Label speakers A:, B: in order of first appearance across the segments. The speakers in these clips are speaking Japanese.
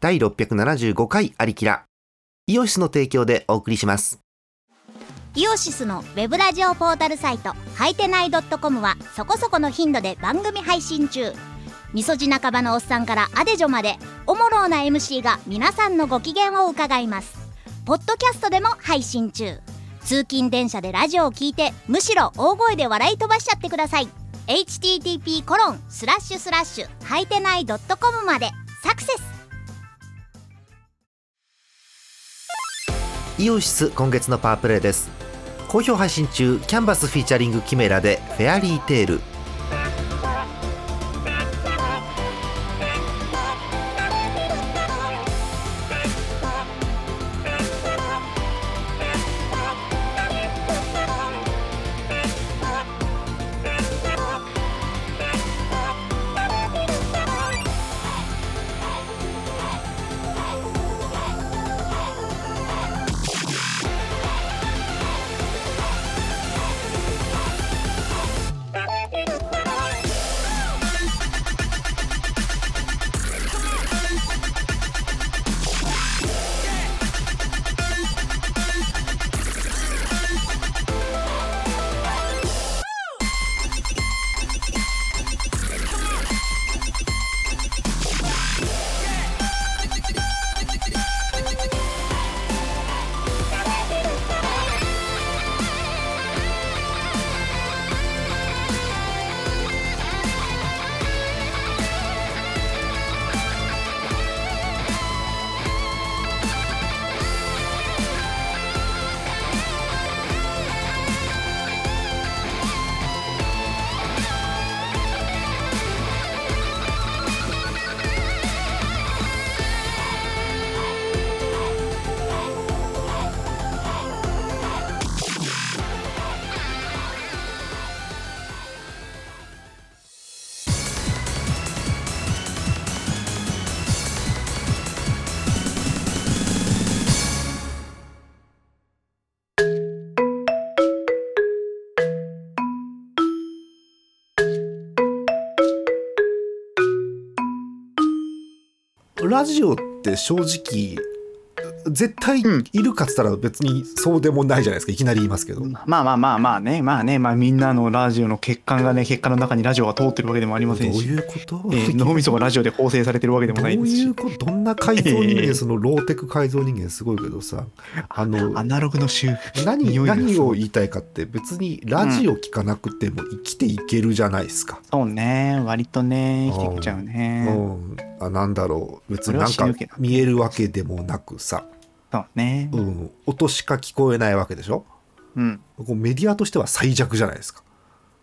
A: 第675回ありきら。イオシスの提供でお送りします。
B: イオシスのウェブラジオポータルサイトはいてない .com はそこそこの頻度で番組配信中みそじ半ばのおっさんからアデジョまでおもろうな MC が皆さんのご機嫌を伺いますポッドキャストでも配信中通勤電車でラジオを聞いてむしろ大声で笑い飛ばしちゃってください http コロンスラッシュスラッシュはいてない .com までサクセス
A: イオシス今月のパワープレイです。好評配信中、キャンバスフィーチャリングキメラでフェアリーテール。
C: ラジオって正直絶対いるかっつったら別にそうでもないじゃないですかいきなり言いますけど、
D: まあまあまあまあね、まあね、まあみんなのラジオの血管がね、血管の中にラジオが通ってるわけでもありま
C: ど
D: せ
C: うん
D: し、
C: いうこと、
D: え ー脳みそがラジオで構成されてるわけでも
C: ど
D: な
C: う
D: いです
C: い
D: し
C: う、ことどんな改造人
D: ええ
C: 間そのローテク改造人間すごいけどさあの
D: アナログの集
C: 何
D: 匂いがすごい
C: 何を言いたいかって別にラジオ聞かなくても生きていけるじゃないですか、
D: そうね、割とね、生きてきちゃう
C: う
D: ね。
C: んあなんだろう別になん
D: そ
C: か
D: れは死ぬけど
C: 見えるわけでもなくさ、
D: そうね
C: う。ん、音しか聞こえないわけでしょ
D: うん。
C: こうメディアとしては最弱じゃないですか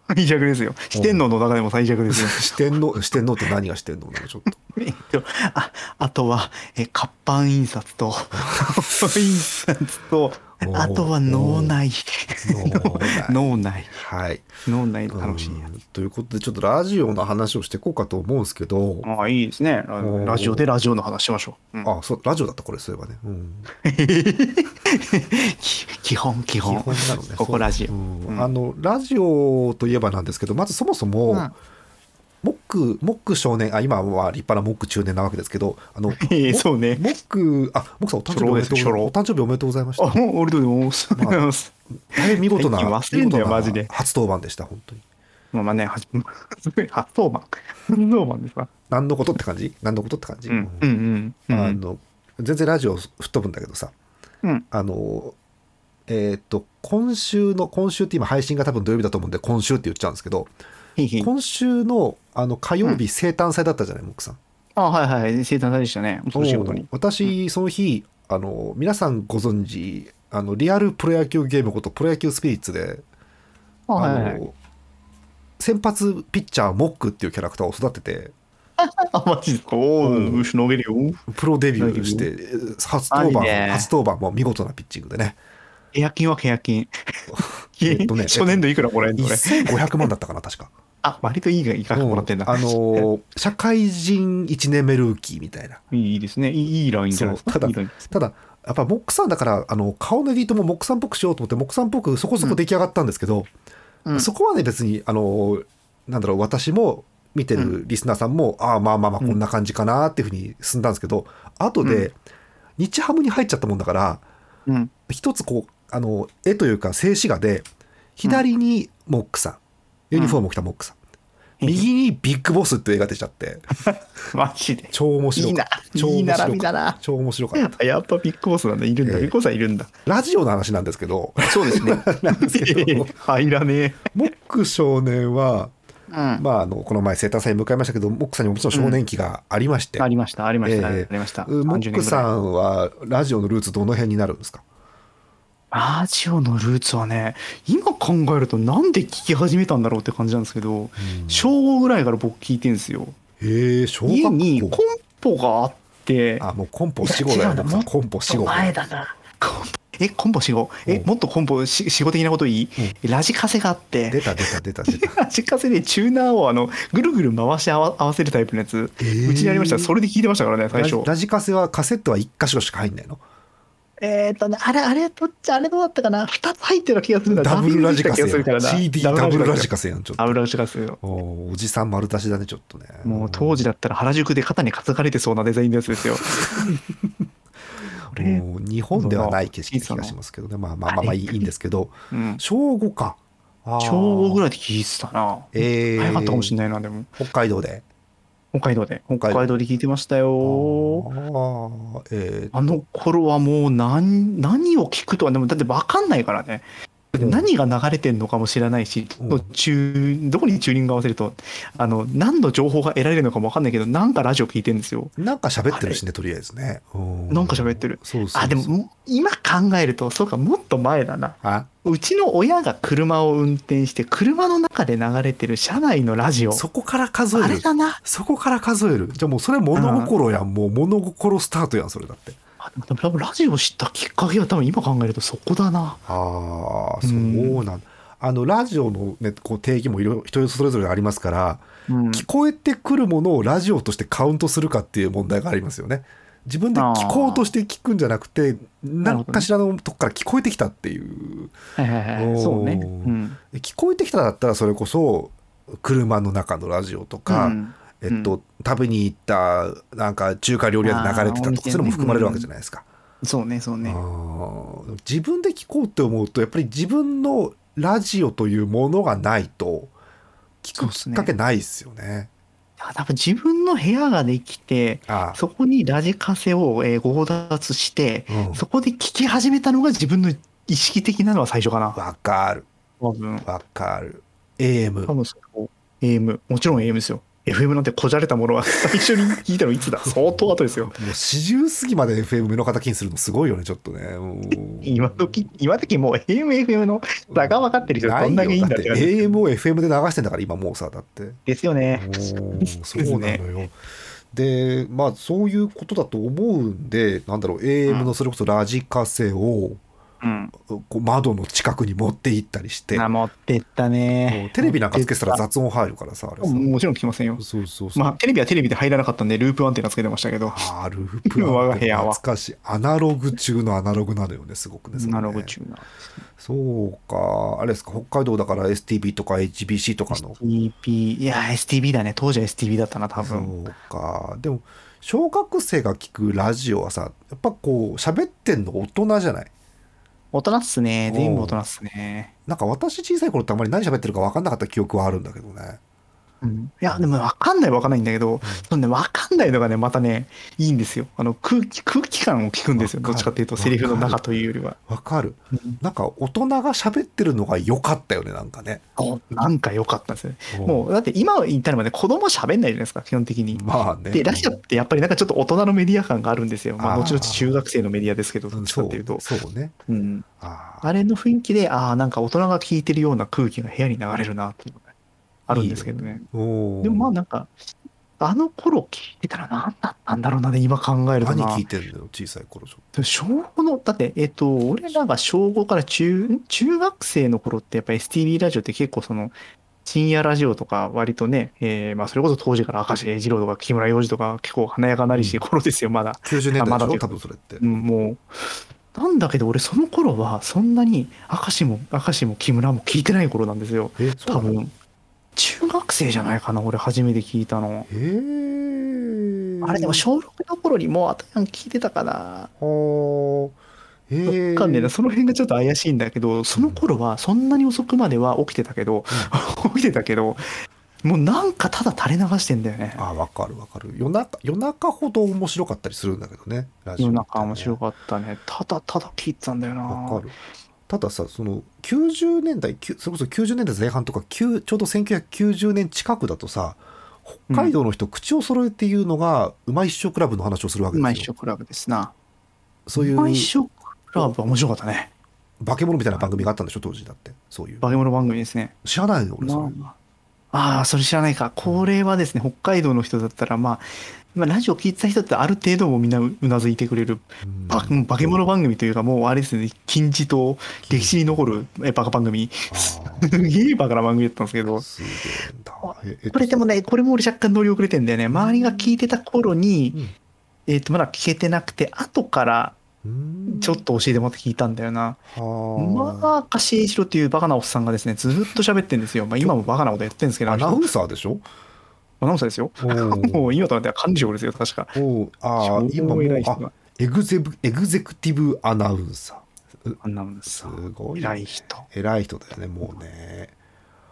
D: 最弱ですよ。四天王の中でも最 弱ですよ。
C: 四天王四天王って何が四天王なのちょっと
D: えっと、あ、あとは、え、活版印刷と、 活版印刷と
C: お、ー
D: あとは脳内。
C: 脳内
D: 脳内。
C: はい
D: 脳内で楽しいや
C: うんということでちょっとラジオの話をしていこうかと思うんですけど
D: つ。ああ、いいですね。ラ
C: おー
D: ラジオでラジオの話しましょう。うん
C: あそうラジオだったこれそういえばね、うん、
D: き 基本、基
C: 基本
D: 本。
C: なのね
D: ここラジオ。
C: そううん
D: うん
C: あのラジオといえばなんですけどまずそもそも、
D: うん
C: モックモック少年あ今は立派なモック中年なわけですけどあの
D: ええそうね
C: モックあモックさんお誕生日おめでとう
D: 初老です初老
C: お誕生日おめでとうございまし
D: あ、
C: た
D: もう俺とでも、
C: ま
D: まあ、
C: 大変見事な
D: 最近忘れん
C: 見
D: だよ
C: 事な
D: マジで
C: 初登板でした本当に
D: まあね、はじ、 すごい、発想マン。発想マンですか。
C: 何のことって感じ何のことって感じ、
D: うん、うん、うん。
C: あの全然ラジオ吹っ飛ぶんだけどさ
D: うん、
C: あのえっ、と今週の今週って今配信が多分土曜日だと思うんで今週って言っちゃうんですけど
D: ひいひい
C: 今週のあの火曜日生誕祭だったじゃない、モックさん。
D: あ、はいはい、生誕祭でしたね。恐ろしいことに。
C: 私その日あの皆さんご存知あのリアルプロ野球ゲームことプロ野球スピリッツで、
D: あ、
C: あ
D: はい
C: の
D: はいはい。
C: 先発ピッチャーモックっていうキャラクターを育てて
D: あ、マジですか。お
C: うん
D: お、牛のげるよ。
C: プロデビューしてえ初登
D: マジで
C: 板初登板も見事なピッチングでね
D: 契約金は契約金。
C: えっとね
D: 初年度いくらもらえるの俺。
C: 1500万だったかな確か。
D: あ、割といいがいかもらってんだ。
C: うんあのー 社会人1年目ルーキーみたいな。
D: いいですね。いいいいラインじゃないですか。
C: そうただ
D: いいライン
C: ただ、やっぱモックさんだから、あの顔のエディートもモックさんっぽくしようと思って、モックさんっぽくそこそこ出来上がったんですけど、
D: うん
C: そこはね、別に、あのーなんだろう、私も見てるリスナーさんも、ああまあまあまあこんな感じかなっていうふうに進んだんですけど後で、日ハムに入っちゃったもんだから
D: うん。
C: 一つこうあの絵というか静止画で左にモックさん、ユニフォームを着たモックさん、
D: うん
C: 右にビッグボスっていう絵が出ちゃって
D: マジで。
C: 超面白かった
D: いいな
C: 超
D: いい
C: 面白か
D: 並びだ
C: った
D: な
C: 超面白かった
D: やっぱビッグボスなんだ。いるんだ。
C: ええ
D: ビッグボスはいるんだ。
C: ラジオの話なんですけど
D: そうですね。
C: なんですけど
D: 入らね
C: モック少年は
D: え。うん。
C: まあ、あのこの前生誕祭迎えましたけどモックさんにももちろん少年期がありまして、
D: ありました、ありました、
C: ええ
D: ありました。
C: うモ
D: 30
C: ック
D: 年ぐらい
C: さんはラジオのルーツどの辺になるんですか
D: ラジオのルーツはね、今考えるとなんで聞き始めたんだろうって感じなんですけど、小5ぐらいから僕聞いてんですよ。
C: へえ小学
D: 家
C: 校
D: にコンポがあって、
C: あもうコンポ死後だよ
D: いや違う
C: モックさ
D: の
C: んコンポ死後
D: 前だな。コンポえ、コンポ死後え、
C: うん
D: もっとコンポし死後的なこといい、ラジカセがあって
C: 出、た出た出た出た
D: ラジカセでチューナーをあのぐるぐる回し合わ合わせるタイプのやつ、
C: ー
D: うちにありました。それで聞いてましたからね、 最
C: ラジ
D: 初。
C: ラジカセはカセットは一箇所しか入んないの
D: えー、とね、あれ、あれ、どっち、あれどうだったかな ?2 つ入ってる気がするな。
C: ダブルラジカセ
D: ダブルだった気がするからな
C: CD ダブルラジカセやんちょっ
D: ダ
C: と
D: ブルラジカセよ。
C: おーおじさん丸出しだねちょっとね
D: もう当時だったら原宿で肩に担がれてそうなデザインのやつですよ。これ
C: もう日本ではない景色な気がしますけどねまあまあまあまあいいいいんですけど
D: うん、
C: 小五か
D: 小五ぐ
C: い
D: らいで聞いてたな。
C: えー
D: 早かったかもしれないな、でも。
C: 北海道で
D: 北海道で。
C: 道
D: 北海道で聞いてました
C: あ
D: よ。
C: ーえー
D: あの頃はもう何何を聞くとは、でもだって分かんないからね。
C: ん
D: 何が流れてんのかも知らないし、
C: うん
D: どのチューどこにチューニング合わせると、あの、何の情報が得られるのかも分かんないけど、なんかラジオ聞いてんですよ。
C: なんか喋ってるしねとりあえずねな
D: なんか喋ってる
C: そうそうそう
D: あ、でももう今考えると、そうか、もっと前だな。
C: あ
D: うちの親が車を運転して、車の中で流れてる車内のラジオ。
C: そこから数え
D: あ
C: る
D: れだな。
C: そこから数えるじゃあもうそれ物心やんもう物心スタートやんそれだって
D: あでも多分多分ラジオ知ったきっかけは多分今考えるとそこだな。
C: ああそううんなんだあのラジオの、ね、こう定義もいろいろ人それぞれありますから、
D: うん
C: 聞こえてくるものをラジオとしてカウントするかっていう問題がありますよね自分で聞こうとして聞くんじゃなくて何かしらのとこから聞こえてきたっていう
D: はいはいはいそうね。
C: おー
D: うん。
C: 聞こえてきただったらそれこそ車の中のラジオとか、
D: うん
C: えっと、食べに行ったなんか中華料理屋で流れてたとか
D: あーお店
C: そう
D: ね
C: いうのも含まれるわけじゃないですか。
D: そうね、そう
C: あ
D: ね。
C: ー自分で聞こうって思うとやっぱり自分のラジオというものがないと聞
D: そうっ
C: くき
D: す
C: っ
D: ね
C: かけないですよね。
D: あ多分自分の部屋ができて、
C: あ
D: そこにラジカセをえー強奪して、
C: ーうん
D: そこで聞き始めたのが自分の意識的なのは最初かな。
C: わかる
D: 多分。
C: わかる。
D: 多
C: AM
D: 分そう。AM。もちろん AM ですよ。FM なんてこじゃれたものは最初に聞いたの いつだ相当後ですよ。
C: もう四十過ぎまで FM 目の敵にするのすごいよねちょっとね。もう
D: 今時、今時もう AM、FM の差が分かってる人
C: ない
D: どんだけいいん
C: よ
D: だって
C: だっ
D: 感じ
C: て AM を FM で流してんだから今もうさだって。
D: ですよね。
C: おーそうなのよ。でまあそういうことだと思うんでなんだろう AM のそれこそラジカセを
D: うん。
C: こう窓の近くに持って行ったりして、
D: あ、持ってったね。
C: テレビなんかつけてたら雑音入るからさあれさ
D: ももちろん聞きませんよ。
C: そうそうそう、
D: まあ、テレビはテレビで入らなかったんで、ループアンテナつけてましたけど。
C: あ、ループ
D: 我
C: な
D: が
C: ん
D: 部
C: て
D: 屋
C: 懐
D: は
C: かしいアナログ中のアナログなのよねすごくねそれね
D: アナログ中な。
C: そうかあれですか北海道だから STB とか HBC とかの
D: STB。いや、STB だね。当時は STB だったな、多
C: そう
D: 分。
C: かでも小学生が聞くラジオはさやっぱこう喋ってんの大人じゃない
D: 大人っすね。全部大人っすね。
C: なんか私小さい頃ってあんまり何喋ってるか分かんなかった記憶はあるんだけどね
D: うん、いや、でも分かんない分かんないんだけど、そのね、分かんないのがね、またね、いいんですよ。あの空気、空気感を聞くんですよ。
C: わか
D: ど
C: る
D: っちかっていうと、セリフの中というよりは。
C: 分かるなんか大人が喋ってるのが良かったよねなんかね
D: おなんか良かったんですよね。
C: う
D: もう、だって今言ったらまで子供喋んないじゃないですか、基本的に。
C: まあね
D: で、ラジオってやっぱりなんかちょっと大人のメディア感があるんですよ。まあ、
C: あー
D: 後々中学生のメディアですけど、どっちか
C: そ
D: っていうと
C: う。そうね
D: うん。
C: あー
D: あれの雰囲気で、ああ、なんか大人が聞いてるような空気が部屋に流れるなっていうのがあるんですけどね。
C: おー
D: でもまあなんか、あの頃聞いてたら何だったんだろうなで今考えると
C: 何
D: な
C: 聞いてんのよ小さい頃ちょっ
D: でも小5の、だって、えっと、俺らが小5から中、ん中学生の頃って、やっぱ STB ラジオって結構その、深夜ラジオとか割とね、えーまあそれこそ当時から明石英二郎とか木村洋二とか結構華やかなりしい頃ですよ、まだ。
C: と90年
D: あま
C: 代
D: だ
C: でし
D: とい
C: ょ多分
D: うか
C: それって
D: うんもう。なんだけど俺その頃はそんなに明石も、明石も木村も聞いてない頃なんですよ。
C: えそ
D: 多
C: うなの
D: 分、中学生じゃないかな、俺初めて聞いたの。
C: へえ。
D: あれでも小6の頃にもうあたやん聞いてたかな。
C: はあ。へえ。
D: わかんねえな、その辺がちょっと怪しいんだけど、その頃はそんなに遅くまでは起きてたけど、 起きてたけど、もうなんかただ垂れ流してんだよね。
C: あ、わかるわかる。夜中、夜中ほど面白かったりするんだけどね。ラジオ
D: 夜
C: ってね
D: 中面白かったね。ただただ聞いてたんだよな。
C: わかる。たださ、その90年代、きゅそれこそ90年代前半とか、きゅうちょうど1990年近くだとさ、北海道の人、口を揃えて言うのが、うまいっしょクラブの話をするわけ
D: 今
C: で
D: 一
C: す
D: 緒
C: よ。
D: クラブですな。
C: そういう
D: 今一緒クラブは面白かったね。
C: 化け物みたいな番組があったんでしょ、当時だって。そういう。
D: 化け物番組ですね。
C: 知らないの俺、それ。
D: まああー、それ知らないか。これはですね、北海道の人だったら、まあ、まあ、ラジオ聞いてた人ってある程度もみんなうなずいてくれる、
C: うん
D: ばもう化け物番組というか、もうあれですね、金字と歴史に残るえバカ番組、
C: あ
D: す
C: ー
D: げえバカな番組だったんですけど、
C: すげえんだ。ええっと
D: これでもね、これも俺若干乗り遅れてんだよね。周りが聞いてた頃に、
C: うん
D: えっ、と、まだ聞けてなくて、後から
C: うん
D: ちょっと教えてもらって聞いたんだよな。
C: はあ
D: まあ、柏栄一郎っていうバカなおっさんがですね、ずーっと喋ってんですよ。まあ、今もバカなことやってんですけど、
C: ア
D: あの
C: ナ
D: 人
C: ウンサーでしょ
D: アナウンサーですよ。
C: おー
D: もう今となっては幹事長ですよ、確か。
C: おうああ、今もう
D: 超偉い人
C: あ
D: が。
C: エグゼブエグゼクティブアナウンサ
D: アナウン
C: ー。す
D: サー。
C: ごいね。
D: 偉い人。
C: 偉い人だよね、もうね。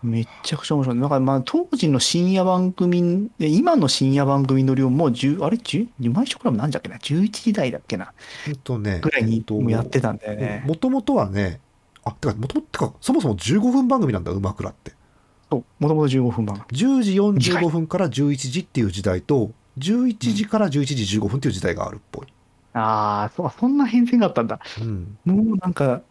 D: めっちゃくちゃ面白い。だからまあ当時の深夜番組、で今の深夜番組の量も10、あれ ?10? 毎週クラブなんだっけな ?11 時台だっけな
C: えっとね、
D: ぐらいにもうやってたんだよね。
C: もともとはね、あ、てか、もともと、そもそも15分番組なんだ、うまくらって。
D: そう、もともと15分番組。
C: 10時45分から11時っていう時代と、11時から11時15分っていう時代があるっぽい。
D: ああ、そう、そんな変遷があったんだ。
C: うん。
D: もうなんか、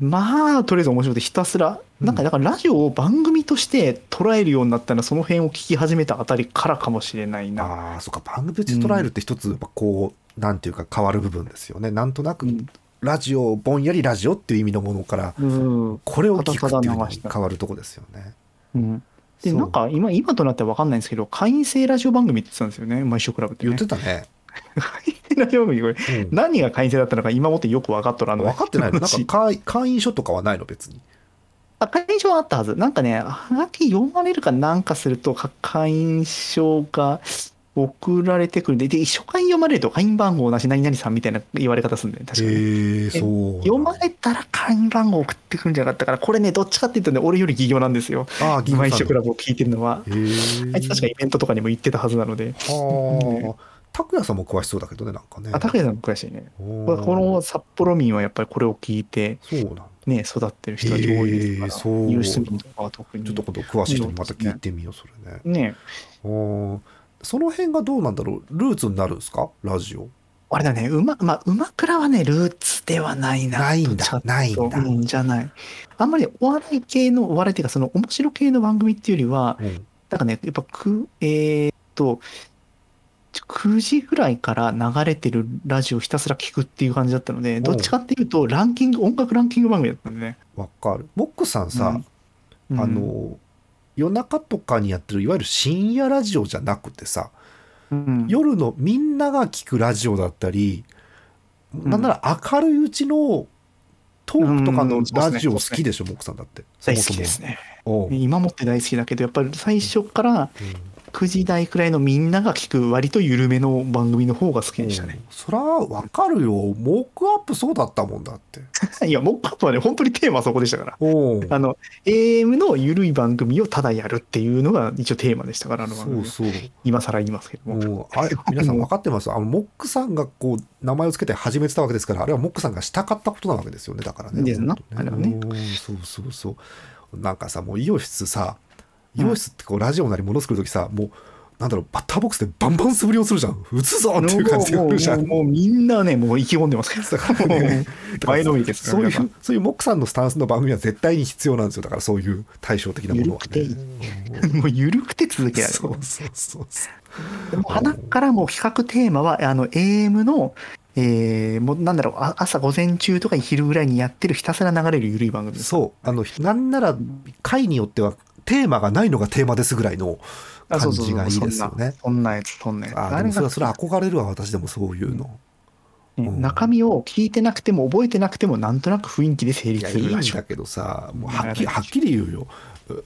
D: まあ、とりあえず面白くて、ひたすら、なんか、だからラジオを番組として捉えるようになったのは、その辺を聞き始めたあたりからかもしれないな。
C: ああ、そっか、番組で捉えるって一つ、やっぱこう、なんていうか変わる部分ですよね。なんとなく、
D: うん
C: ラジオ、ぼんやりラジオっていう意味のものから、
D: うん。
C: これを聞くっていう
D: ただ
C: の
D: 流
C: に
D: した
C: 変わるとこですよね。
D: うん、で、
C: そう
D: なんか、今、今となっては分かんないんですけど、会員制ラジオ番組って言ってたんですよね、毎週クラブって、
C: 言
D: ね。
C: ってたね。
D: 会員制ラジオ番組、これ、
C: うん
D: 何が会員制だったのか、今もってよく分かっとらんの
C: 分かって ないのなんか
D: 私
C: 会会員証とかはないの別に。
D: あ会員証はあったはず。なんかね、はがき読まれるかなんかすると、か会員証が送られてくるんで、で、初回読まれると会員番号なし何々さんみたいな言われ方するんだよね、確かに。
C: ええそう。
D: 読まれたら会員番号送ってくるんじゃなかったから、これね、どっちかって言うとね、俺より企業なんですよ。
C: ああ、
D: 今一緒ク
C: ら
D: ラブを聞いてるのは。
C: へえ。
D: あいつ確かイベントとかにも行ってたはずなので。
C: はあ。拓也さんも詳しそうだけどね、なんかね。
D: あ、拓也さんも詳しいね。
C: お
D: こ
C: ー
D: の札幌民はやっぱりこれを聞いて、
C: そうなんだ。
D: ね、育ってる人たち多いですか
C: へー
D: ら、
C: そう
D: 有志民とかは特に。
C: ちょっと今度詳しい人にまた聞いてみよう、それね。
D: ね
C: おーその辺がどうなんだろうルーツになるんですかラジオ。
D: あれだね、うま、まあ、うまくらはね、ルーツではないな。
C: ないん
D: どっちか
C: だ
D: っ。て
C: ない
D: うん
C: だ。
D: とうんじゃない。あんまりお笑い系の、お笑いっていうか、その面白系の番組っていうよりは、
C: うん
D: なんかね、やっぱく、えーっと、9時ぐらいから流れてるラジオをひたすら聞くっていう感じだったので、どっちかっていうと、ランキング、音楽ランキング番組だったんでね。
C: わかる。モックさん
D: う
C: さ
D: ん、うん
C: あ、の、夜中とかにやってる、いわゆる深夜ラジオじゃなくてさ、
D: うん
C: 夜のみんなが聞くラジオだったり、なんなら明るいうちのトークとか
D: う
C: の
D: んそうですね
C: ラジオ好きでしょ、モックさんだって。
D: 大好きですね。
C: そもそも。おううん
D: 今もって大好きだけど、やっぱり最初から9時台くらいのみんなが聞く割と緩めの番組の方が好きでしたね。
C: そらわかるよ。モックアップそうだったもんだって。
D: いや、モックアップはね、本当にテーマはそこでしたから。
C: おう
D: あの、AM の緩い番組をただやるっていうのが一応テーマでしたから、あの番
C: そう
D: 組。
C: そう。
D: 今更言いますけども。
C: もうあれ皆さん分かってますあのモックさんがこう名前をつけて始めてたわけですからあれはモックさんがしたかったことなわけですよねだからね。
D: ですな
C: 本
D: あれ
C: 当
D: は
C: ね
D: ね
C: うんそうそうそうなんかさもう医療室さ医療室ってこうラジオなりもの作る時さもうなんだろうバッターボックスでバンバン素振りをするじゃん打つぞっていう感じで
D: もう
C: 振
D: も
C: るじゃ。
D: うもうんもうみんなね、もう意気込んでますか
C: だから
D: ら。 も
C: ね
D: う前のめりですか
C: そうい
D: ら、
C: う
D: 皆さん
C: そういうモックさんのスタンスの番組は絶対に必要なんですよだからそういう対照的なものはね。
D: 緩くもう緩くて続けられる。
C: そうそうそうそう。
D: でも鼻からもう企画テーマは、あの、AM の、えー、もうなんだろう、あ朝午前中とか昼ぐらいにやってるひたすら流れる緩い番組です。
C: そう、あの、なんなら、回によっては、テーマがないのがテーマですぐらいの
D: あ
C: 感
D: そうそう
C: じ
D: そう
C: がいいですよね。
D: そんなそんなやつ、そんなやつ。
C: あ
D: あ
C: で
D: れ
C: もそ
D: が
C: れはそれ憧れるわ、私でもそういうの。
D: ね
C: うん
D: 中身を聞いてなくても覚えてなくてもなんとなく雰囲気で成
C: い
D: 立
C: やい
D: す
C: い
D: る
C: ん
D: ラジオ
C: だけどさもうはっ
D: 長
C: き
D: い
C: りはっきり言うよ、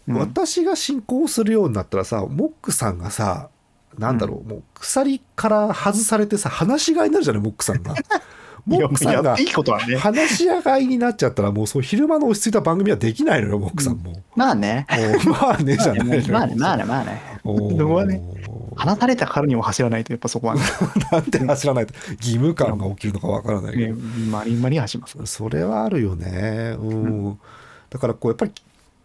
D: うん
C: 私が進行するようになったらさモックさんがさなんだろう、もう鎖から外されてさ話し飼いになるじゃないモックさん がモックさん
D: いや
C: が
D: いいことはね
C: 話し合いになっちゃったらもうそう昼間の落ち着いた番組はできないのよモックさ んも、
D: まあね
C: おまあねじゃないのよ
D: まあねまあねまあね
C: おー
D: どこはね放たれたからにも走らないとやっぱそ こはね
C: なんて走らないと義務感が起きるのかわからないけど、
D: ねマリンマリン走ります
C: それはあるよね。うん。だからこうやっぱり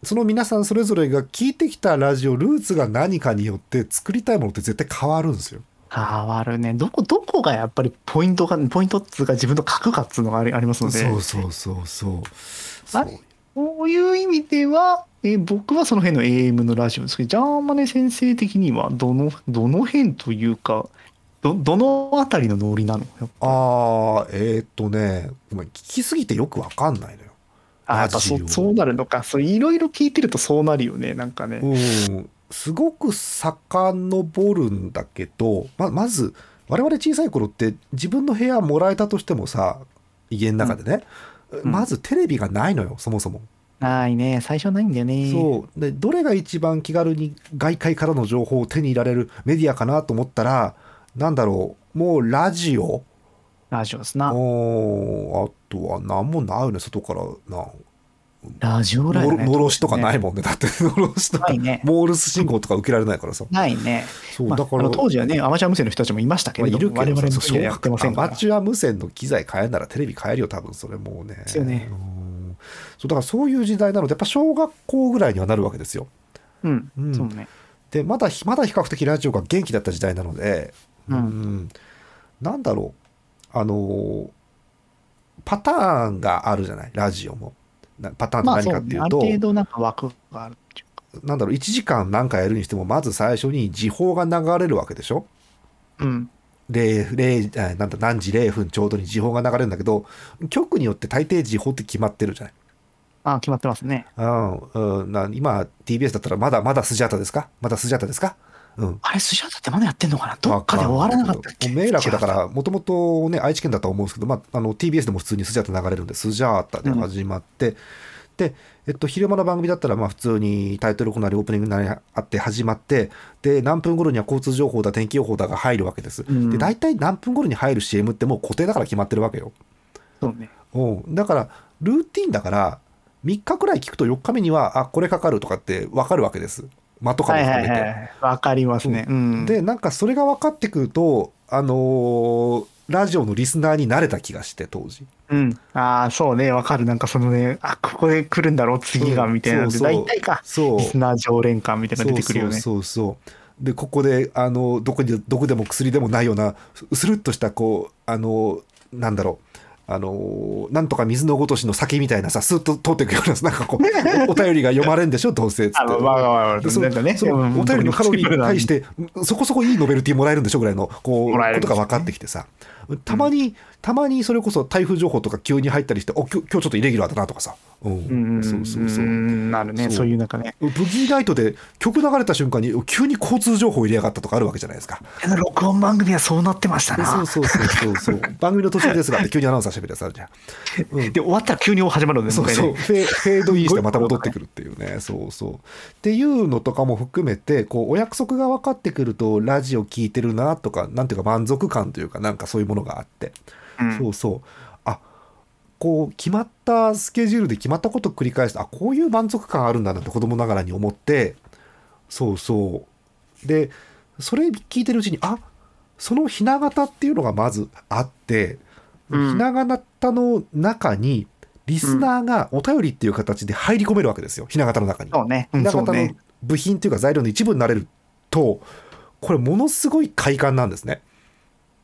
C: その皆さんそれぞれが聞いてきたラジオルーツが何かによって作りたいものって絶対変わるんですよ。
D: 変わるねどこどこがやっぱりポイントがポイントっつうか自分の核かっつうのがありありますので
C: そうそうそうそう。そ
D: あ
C: う
D: こういう意味では、えー僕はその辺の AM のラジオですけど、ジャーマネ先生的には、どの、どの辺というか、ど、どのあたりのノリなの
C: ああえーっとねごめん聞きすぎてよくわかんないのよ。
D: あやっぱ
C: ラジオ
D: そそうなるのか、そういろいろ聞いてるとそうなるよね、なんかね。
C: うん、すごく遡るんだけどままず我々小さい頃って自分の部屋もらえたとしてもさ家の中でね、
D: ん
C: まずテレビがないのよそもそも。
D: ないね、最初ないんだよね。
C: そうでどれが一番気軽に外界からの情報を手に入れられるメディアかなと思ったらなんだろうもうラジオ
D: ラジオです
C: あ
D: な。
C: あとは何もないよね外からな
D: ラジオライブ、
C: の
D: ね。
C: のろしとかないもんねだってのろしとか、
D: ないね
C: モールス信号とか受けられないからさ
D: ないね。
C: そう
D: まあ、
C: だから、
D: あの当時はね、アマチュア無線の人たちもいましたけ
C: まあ
D: れ
C: い
D: ど
C: る
D: も、
C: け
D: 我
C: ど
D: 々の
C: さ
D: 時はやってません
C: ア
D: か
C: マ
D: ら。
C: チュア無線の機材買えんならテレビ買えるよ多分それもうね
D: すよね
C: うんそうだからそういう時代なのでやっぱ小学校ぐらいにはなるわけですよ
D: うん、
C: うん
D: そうね。
C: でまだまだ比較的ラジオが元気だった時代なので、
D: うん
C: んなんだろうあのーパターンがあるじゃないラジオも。なパターン
D: まあ
C: って何
D: そ
C: か
D: う
C: って
D: ね、
C: い
D: あ
C: う
D: る
C: と、
D: 程度なんか枠があるっていうか。
C: なんだろう1時間何かやるにしてもまず最初に時報が流れるわけでしょ
D: うん。
C: 0 0なんだ何時0分ちょうどに時報が流れるんだけど局によって大抵時報って決まってるじゃない。
D: あ決まってますね。
C: うんうん、な今 TBS だったらまだまだスジャータですかまだスジャータですかうん、
D: あれ、スジャータってまだやってんのかなどっかで終わらなかったっけ
C: もう迷惑だから、もともとね、愛知県だとは思うんですけど、まあ、あの、TBS でも普通にスジャータ流れるんで、スジャータで始まって、で、えっと、昼間の番組だったら、まあ、普通にタイトルコーナーでオープニングなりあって始まって、で、何分頃には交通情報だ、天気予報だが入るわけです。
D: うん
C: で、大体何分頃に入る CM ってもう固定だから決まってるわけよ。
D: そうね。
C: うん。だから、ルーティンだから、3日くらい聞くと4日目には、あ、これかかるとかって分かるわけです。間とかも
D: はい
C: 含
D: は
C: めて。
D: いはい。わかりますね。うん。
C: でなんかそれが分かってくるとあのーラジオのリスナーになれた気がして当時
D: うん。ああ、そうね。わかる。なんかそのね、あ、ここで来るんだろう、次が、
C: うん
D: みたいなので。
C: そうそう
D: 大体か。
C: そう
D: リスナー常連感みたいなの出てくるよね。
C: そうそうそうそうでここであのどこに毒でも薬でもないようなスルッとしたこうあのなんだろうあのなんとか水のごとしの酒みたいなさスッと通っていくようななんかこうおお便りが読まれんでしょどうせっつって
D: あの、わがわが、
C: でその
D: なんかね、
C: その
D: うん
C: お便りのカロリーに対し。
D: うん
C: てそこそこいいノベルティもらえるんでしょぐらいのこう
D: もらえる
C: こ
D: ん
C: と
D: ですね
C: が分かってきてさたまに、たまにそれこそ台風情報とか急に入ったりしてお今日今日ちょっとイレギュラーだなとかさ、うん
D: うん、
C: そうそうそううん
D: なるね。
C: そう
D: そういうなんかね。
C: ブギーナイトで曲流れた瞬間に急に交通情報入れやがったとかあるわけじゃないですか。
D: 録音番組はそうなってました
C: そ
D: な
C: う。そうそうそうそう番組の途中ですがって急にアナウンサーしゃべるやつあるじゃん。
D: で、終わったら急に始まるんです
C: そうそう、
D: ね。
C: フェフェードインしてまた戻ってくるっていう ね、そうそう。っていうのとかも含めて、こうお約束が分かってくると、ラジオ聞いてるなとか、なんていうか、満足感というか、なんかそういうものがあって、
D: うん
C: そうそう、あこう決まったスケジュールで決まったことを繰り返して、あこういう満足感あるんだなって子供ながらに思って、そうそう。で、それ聞いてるうちに、あそのひな形っていうのがまずあって、
D: うん
C: ひな形の中に、リスナーがお便りっていう形で入り込めるわけですよ、ひな形の中に。
D: そうね。う
C: ひ
D: ん、
C: な
D: そう
C: 形の
D: ね。
C: 部品というか材料の一部になれると、これ、ものすごい快感なんですね。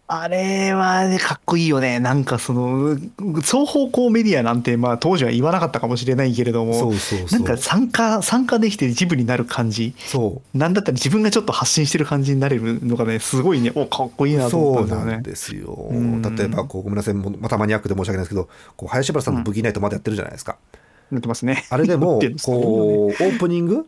D: あれはね、かっこいいよね。なんかその、双方向メディアなんて、まあ当時は言わなかったかもしれないけれども、
C: そうそう
D: な
C: そ
D: んか
C: う。
D: 参加、参加できて自分になる感じ。
C: そう
D: なんだったら自分がちょっと発信してる感じになれるのがね、すごいね、お、かっこいいなと
C: そ
D: 思
C: う
D: ったんですよ
C: なん
D: ね。
C: ですよ。
D: うん
C: 例えばこう、ごめんなさい、もうまたマニアックで申し訳ないですけど、こう林原さんのブギーナイトまだやってるじゃないですか。
D: なってますね。
C: あれで
D: なっ
C: も
D: てる、
C: こう、オープニング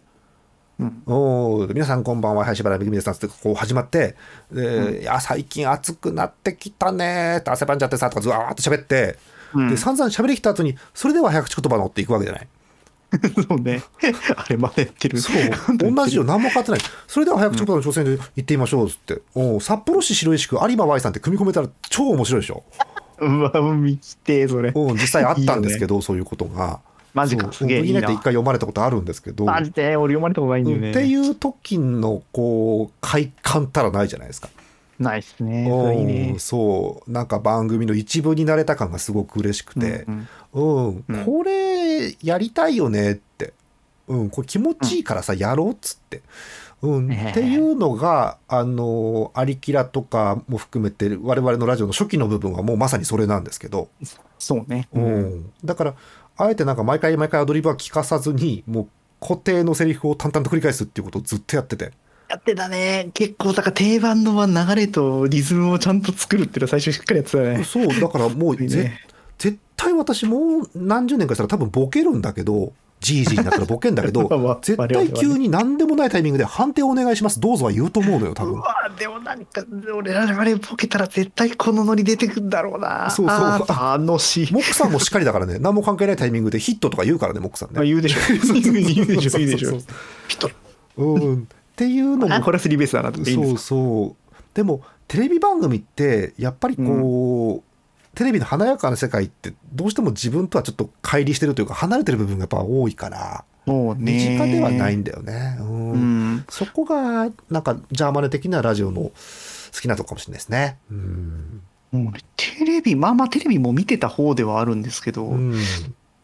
D: うん
C: おー皆さんこんばんは、林原めぐみです。ってこう始まって、でいや、最近暑くなってきたねーって汗ばんじゃってさとかずわーっと喋って、
D: うん
C: で、散々喋りきた後に、それでは早口言葉のっていくわけじゃない。
D: そうね。 あれ、まだやってる。
C: そう、同じよ、何も変わってない。それでは早口言葉の挑戦で行ってみましょうっつって、おー札幌市白石区有馬 Y さんって組み込めたら超面白いでしょ。
D: うわ、見て、それ。
C: うん、実際あったんですけ ど、そういうことが。
D: マジ
C: そう
D: か、すげえ。
C: ブ
D: い
C: ギ
D: い
C: ネって
D: な
C: 一回読まれたことあるんですけど、
D: マジで、俺読まれたことないんだよ
C: うん
D: ね。
C: っていう時のこう快感たらないじゃないですか。
D: ないっすね。それいいね
C: うん。そうなんか番組の一部になれた感がすごく嬉しくて
D: う、ん
C: うん
D: うん
C: これやりたいよねって、うん、これ気持ちいいからさ、やろうっつって。うん、
D: ねえ
C: っていうのが、あの、アリキラとかも含めて、我々のラジオの初期の部分はもうまさにそれなんですけど、
D: そうね。
C: う。ん、だからあえてなんか毎回毎回アドリブは聞かさずにもう固定のセリフを淡々と繰り返すっていうことをずっとやってて
D: やってたね。結構、だから定番の流れとリズムをちゃんと作るっていうのは最初しっかりやってたね。
C: そうだから もう
D: いい
C: ぜ
D: ね
C: 絶対私もう何十年かしたら多分ボケるんだけどじいじになったらボケんだけ
D: まあま
C: ど
D: あ
C: 絶
D: 我々は
C: 対
D: ね
C: 急に何でもないタイミングで判定お願いしますどうぞは言うと思うのよ多
D: う
C: 分。
D: わでもなんか俺らあれボケたら絶対このノリ出てくんだろうな
C: そうそう
D: あー楽しい
C: モックさんもしっかりだからね何も関係ないタイミングでヒットとか言うからねモックさん
D: まあ
C: ね。
D: 言うでし ょ言うでしょ言うでし
C: そう
D: ょ
C: そう
D: 人
C: うん、っていうのも
D: あこれはスリーベースだなっていいんで
C: そう
D: すか
C: そうでもテレビ番組ってやっぱりこう、テレビの華やかな世界ってどうしても自分とはちょっと乖離してるというか離れてる部分がやっぱ多いから
D: もう
C: 身近ではない
D: ん
C: んだよね、う
D: うんん
C: そこがなんかジャーマネ的なラジオの好きなとこかもしれないですねうん、
D: もうねテレビまあまあテレビも見てた方ではあるんですけど、
C: うん、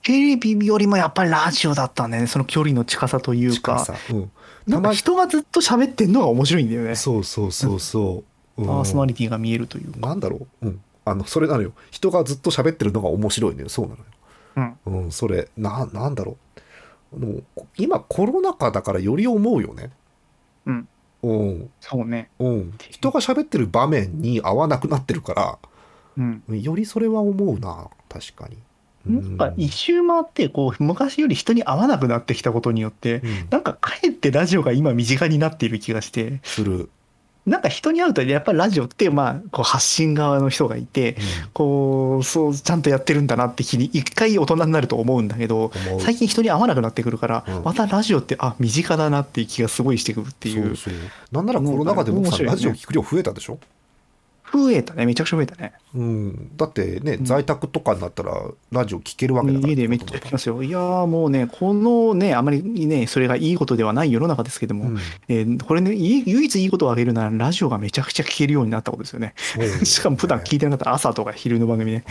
D: テレビよりもやっぱりラジオだったんだよねその距離の近さという
C: 近
D: か
C: さ、うん、
D: な
C: た
D: んか
C: ま
D: 人がずっと喋ってんのが面白いんだよね
C: そうそうそうそう、うん
D: パーソナリティが見えるというか
C: なんだろう、うん、あのそれなのよ人がずっと喋ってるのが面白いのよそうなのよ
D: うん
C: うん、それななんだろうもうこ今コロナ禍だからより思うよね
D: うん
C: うん
D: そうね
C: うん人が喋ってる場面に合わなくなってるか
D: うん
C: らよりそれは思うな確かに
D: なんか一周回ってこう昔より人に会わなくなってきたことによって
C: うん
D: なんかかえってラジオが今身近になっている気がして
C: する、
D: なんか人に会うとやっぱりラジオってまあこう発信側の人がいてこうそうちゃんとやってるんだなって気に一回大人になると思うんだけど
C: 思う
D: 最近人に会わなくなってくるから
C: うん
D: またラジオってあ身近だなっていう気がすごいしてくるっていう
C: そうそうなんならコロナ禍でもさ、
D: うん面白いよね
C: ラジオ聞く量増えたでしょ、
D: 増えたねめちゃくちゃ増えたね
C: うん、だってね、
D: うん
C: 在宅とかになったらラジオ聞けるわけだから
D: 家でめっちゃ聞き
C: う
D: ますよいやーもうねこのねあまりねそれがいいことではない世の中ですけども
C: ん、
D: えーこれね、い唯一いいことを挙げるなら、ラジオがめちゃくちゃ聞けるようになったことですよね。 しかも普段聞いてなかった朝とか昼の番組ね。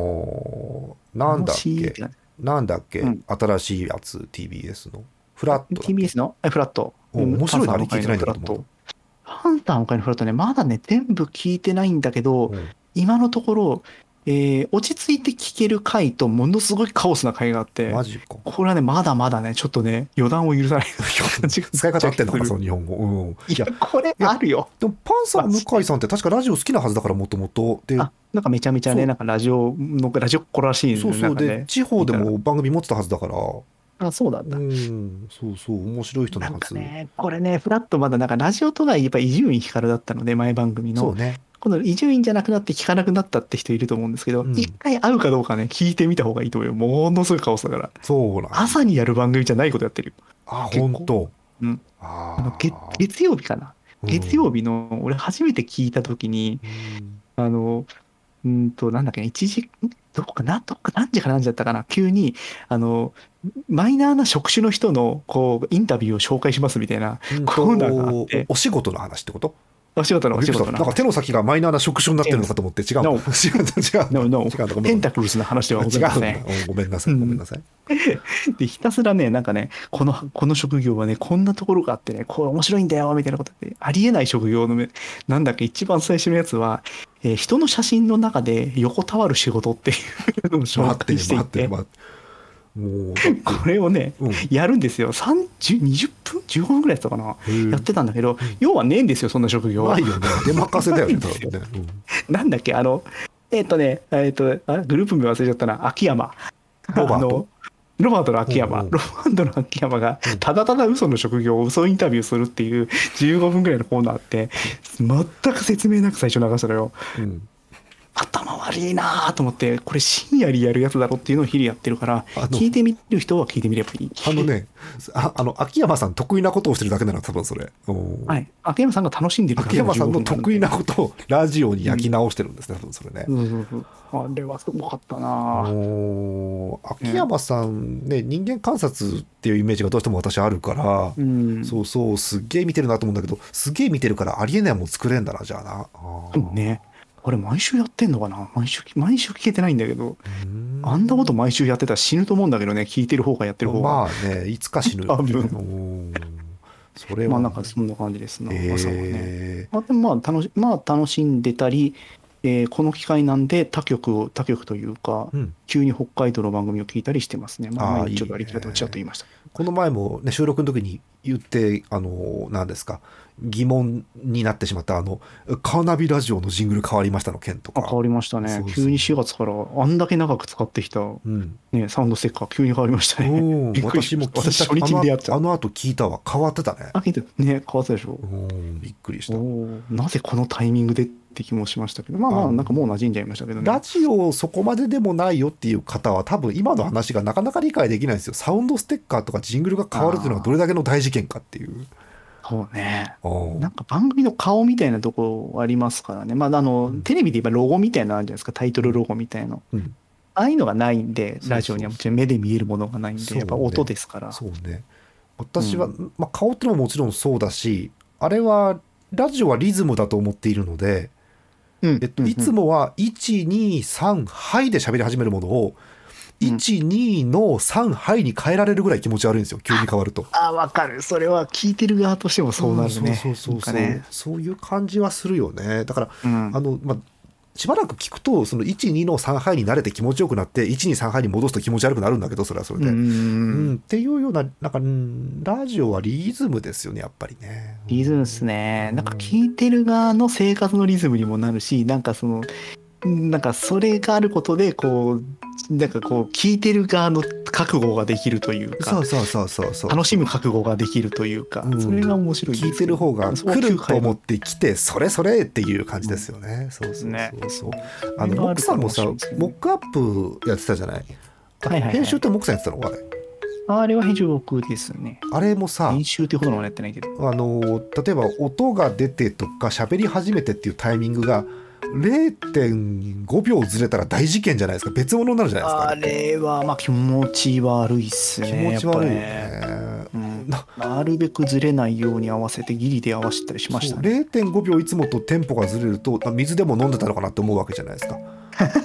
C: おなんだっけなんだっけ、
D: うん
C: 新しいやつ TBS のフラットだっけ
D: TBS のえフラット。
C: お面白いな
D: パンサーの会
C: あれ聞いてな
D: のフラ
C: いんだ
D: ッ
C: と思
D: ト。パンサーの会のフラットね、まだね、全部聞いてないんだけど、
C: うん
D: 今のところ、えー落ち着いて聞ける回と、ものすごいカオスな回があって、
C: マジか
D: これはね、まだまだね、ちょっとね、予断を許さない感じが
C: 使い方合ってんのか
D: め
C: な
D: っち
C: そ
D: ゃ
C: の日本語、うん、い
D: い
C: や、
D: やこれあるよ。
C: でもパンサー向井さんって確かラジオ好きなはずだからもともとで
D: あ、なんかめちゃめちゃね、
C: そう
D: なんかラジオの、ラジオっ子らしい
C: そうそう
D: なんか
C: で
D: ね
C: 地方でも番組持ってたはずだからう
D: あ、そうなんだ。
C: んそうそう面白い人の
D: な
C: は
D: んか
C: ず、
D: ね、これね、フラットまだなんかラジオとかやっぱ伊集院光だったので、前番組
C: そ
D: の
C: う。ね
D: 今度伊集院じゃなくなって聞かなくなったって人いると思うんですけど
C: う、ん
D: 一、回会うかどうかね、聞いてみた方がいいと思うよ。ものすごいカオスだから。
C: そうなん
D: 朝にやる番組じゃないことやってるよ。
C: あ
D: 結構
C: 本当
D: うん
C: あ
D: あの月
C: ー
D: 月曜日かな。
C: うん
D: 月曜日の、俺初めて聞いた時に、
C: うん
D: あの、うーんと、なんだっけな、一時、んどこかな、どこか何時から何時だったかな、急に、あの、マイナーな職種の人の、こう、インタビューを紹介しますみたいな、
C: うん
D: コーナーがあって
C: おお仕事の話ってこと
D: お仕事のお仕事の
C: なんか手の先がマイナーな職種になってるのかと思って 違うの違う違
D: No
C: う
D: No, no.
C: 違うごめ
D: ペ
C: ん
D: ンタクルスの話ではござ
C: 違
D: いま
C: う
D: せ
C: ね
D: ん。。
C: ごめんなさい、ごめんなさい。
D: で、ひたすらね、なんかね、この、この職業はね、こんなところがあってね、こう面白いんだよ、みたいなことって、ありえない職業のめ、なんだっけ、一番最初のやつは、えー人の写真の中で横たわる仕事っていうのを紹
C: 待って
D: 介
C: ね
D: してい、
C: 待ってて待って。もう、
D: これをね、
C: うん
D: やるんですよ。30 20分 ?15 分ぐらいやったかな、やってたんだけど、要はねえんですよ、そんな職業は
C: ない。よね。出任せだよね、多分ね。
D: なんだっけ、あの、えっ、とね、えっ、とあ、グループ名忘れちゃったな、秋山。
C: ロバート
D: あのロバートの秋
C: お
D: 山、
C: うおう
D: ロバートの秋山が
C: うん、
D: ただただ嘘の職業を嘘インタビューするっていう15分ぐらいのコーナーあって、全く説明なく最初流したのよ。
C: うん
D: 頭悪いなぁと思って、これ深夜にやるやつだろっていうのを日々やってるから、
C: あの
D: 聞いてみる人は聞いてみればいい。
C: あのね、ああの、秋山さん得意なことをしてるだけなら多分それ。うん
D: はい。秋山さんが楽しんでる
C: 秋山さんの得意
D: な。
C: なことをラジオに焼き直してるんですね、多分それね。
D: そうそうそうあれはすごかったなぁ
C: おー秋山さんね、人間観察っていうイメージがどうしても私あるから、
D: うん。
C: そうそう、すっげえ見てるなと思うんだけど、すげえ見てるからありえないもん作れんだな、じゃあな。あ
D: でも
C: ー
D: ね、これ毎週やってんのかな毎週、毎週聞けてないんだけど、
C: うん
D: あんなこと毎週やってたら死ぬと思うんだけどね、聞いてる方がやってる方が。ま
C: まあね、いつか死ぬ
D: 多分
C: うんそれ
D: あ、
C: は、
D: なんかそんな感じですな、朝はね。
C: え
D: まあ、でもまあ楽し、まあ楽しんでたり、えーこの機会なんで他局を、他局というか、
C: ーうん、
D: 急に北海道の番組を聞いたりしてますね。ま
C: あ
D: あ、
C: ー
D: 前にちょっと
C: い
D: あ
C: いね
D: りきらとちらっと言いました。
C: この前も、ね、収録の時に言って、あの、何ですか、疑問になってしまった、あの、カーナビラジオのジングル変わりましたの件と
D: あ
C: か。
D: 変わりましたね
C: そうそう
D: 急に4月からあんだけ長く使ってきた、
C: うん、
D: ね、サウンドステッカー急に変わりましたね。
C: うん
D: びっくり
C: 私
D: し
C: も
D: ま
C: 聞い
D: したた私初日に出会っちゃ
C: あ
D: う
C: のあの後聞いたわ変わってたね
D: あ、けどね、変わったでしょ。
C: うんびっくりした
D: おーなぜこのタイミングでって気もしましたけど、まあま
C: あ
D: あ、なんかもう馴染んじゃいましたけど
C: ラ
D: ね。
C: ジオそこまででもないよっていう方は多分今の話がなかなか理解できないんですよサウンドステッカーとかジングルが変わるっていうのはどれだけの大事件かっていう
D: そうね。
C: うん
D: なんか番組の顔みたいなとこありますからね。まあ、あの、テレビで言えばロゴみたいなのあるじゃないですか、タイトルロゴみたいな。
C: うん
D: ああいうのがないんで
C: そう、
D: ラジオにはもちろん目で見えるものがないん
C: そ
D: で、
C: うね
D: やっぱ音ですから。
C: そうね私は、
D: う
C: まあ、顔ってのももちろんそうだしあれはラジオはリズムだと思っているので、
D: うん
C: えっと、いつ
D: も、
C: もは123はいで喋り始めるものを
D: うん
C: 12の3はいに変えられるぐらい気持ち悪いんですよ急に変わると。
D: あ、わかる。それは聞いてる側としてもそうなるね。
C: そうそうそうそう、
D: なんかね
C: そういう感じはするよね。だから、
D: うん
C: あの、まあ、しばらく聞くと、その1、2の3杯に慣れて気持ちよくなって、1、2、3杯に戻すと気持ち悪くなるんだけど、それはそれ
D: うん
C: で。
D: う
C: うん
D: んうんうん
C: っていうような、なんか、うんラジオはリズムですよね、やっぱりね。
D: リズムですね。なんか聞いてる側の生活のリズムにもなるし、なんかその、なんかそれがあることで、こう、なんかこう、聞いてる側の覚悟ができるという
C: そ
D: か
C: う、そうそうそうそう。
D: 楽しむ覚悟ができるというか
C: う、ん
D: それが面白いです
C: 聞
D: よ
C: い
D: ね。
C: てる方が
D: そう
C: 来ると思
D: 9
C: って来て、それそれっていう感じですよね。そうそう
D: ね
C: そうそう。
D: 回
C: あの、モックさんもさ
D: 面白いです、よね
C: モックアップやってたじゃない。
D: はいはいはい
C: 編集ってモックさんやってたのあれ。
D: あれは編集僕ですね。
C: あれもさ、
D: 編集ってほどのもやってないけど。
C: あの例えば音が出てとか喋り始めてっていうタイミングが0.5秒ずれたら大事件じゃないですか別物になるじゃな
D: あ
C: いですか
D: れは、まあ気持ち悪いっすね。
C: 気持ち悪いよ
D: やっぱね。
C: ね。
D: うん
C: な
D: なるべくずれないように合わせてギリで合わせたりしまし
C: そう
D: たね。
C: 0.5秒いつもとテンポがずれるとあ水でも飲んでたのかなって思うわけじゃないですか。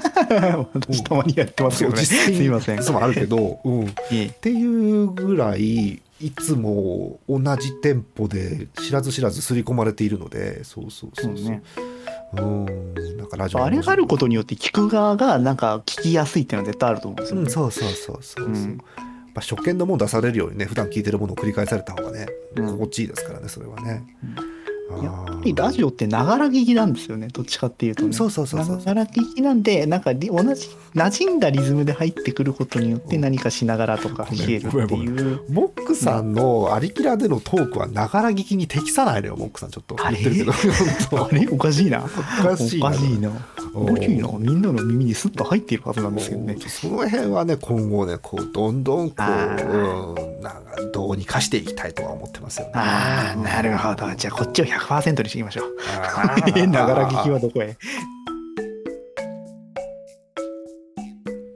D: 私たまにやってますけどね。す
C: に
D: いません。
C: そうもあるけ ど、うん、っ
D: いえ
C: ていうぐらいいつも同じテンポで知らず知らず刷り込まれているのでそうそうそうそう。
D: そうね
C: うん、なんかラジオ
D: あれがあることによって聞く側がなんか聞きやすいっていうのは絶対あると思うんです
C: う
D: よ
C: ん、
D: ね。
C: そうそうそうそうそう、
D: うん
C: やっぱ初見のもの出されるようにね普段聞いてるものを繰り返された方がね、
D: うん
C: 心地いいですからねそれはね、
D: やっぱりラジオってながら聞きなんですよね。どっちかっていうとね。
C: そうそうそうそう
D: ながら聞きなんで、なんかり同じ、馴染んだリズムで入ってくることによって何かしながらとか
C: ごめん
D: 聞けるって
C: ごめん
D: いう。
C: オモックさんのありきらでのトークはながら聞きに適さないのよモックさんちょっと
D: あれ
C: 言ってるけど
D: あ
C: 本
D: れおかしいな。
C: 当おかしい
D: おかしいな。
C: お
D: おかしいな。みんなの耳にスッと入っているはずなんですけどね
C: もう。その辺はね今後ねこうどんどんこう、
D: あ
C: うん、なんかどうにかしていきたいとは思ってますよね
D: ああ、なるほど。じゃあこっちを100%にしていきましょ う。
C: あー
D: ながら聞きはどこへ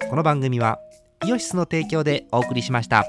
A: この番組はイオシスの提供でお送りしました。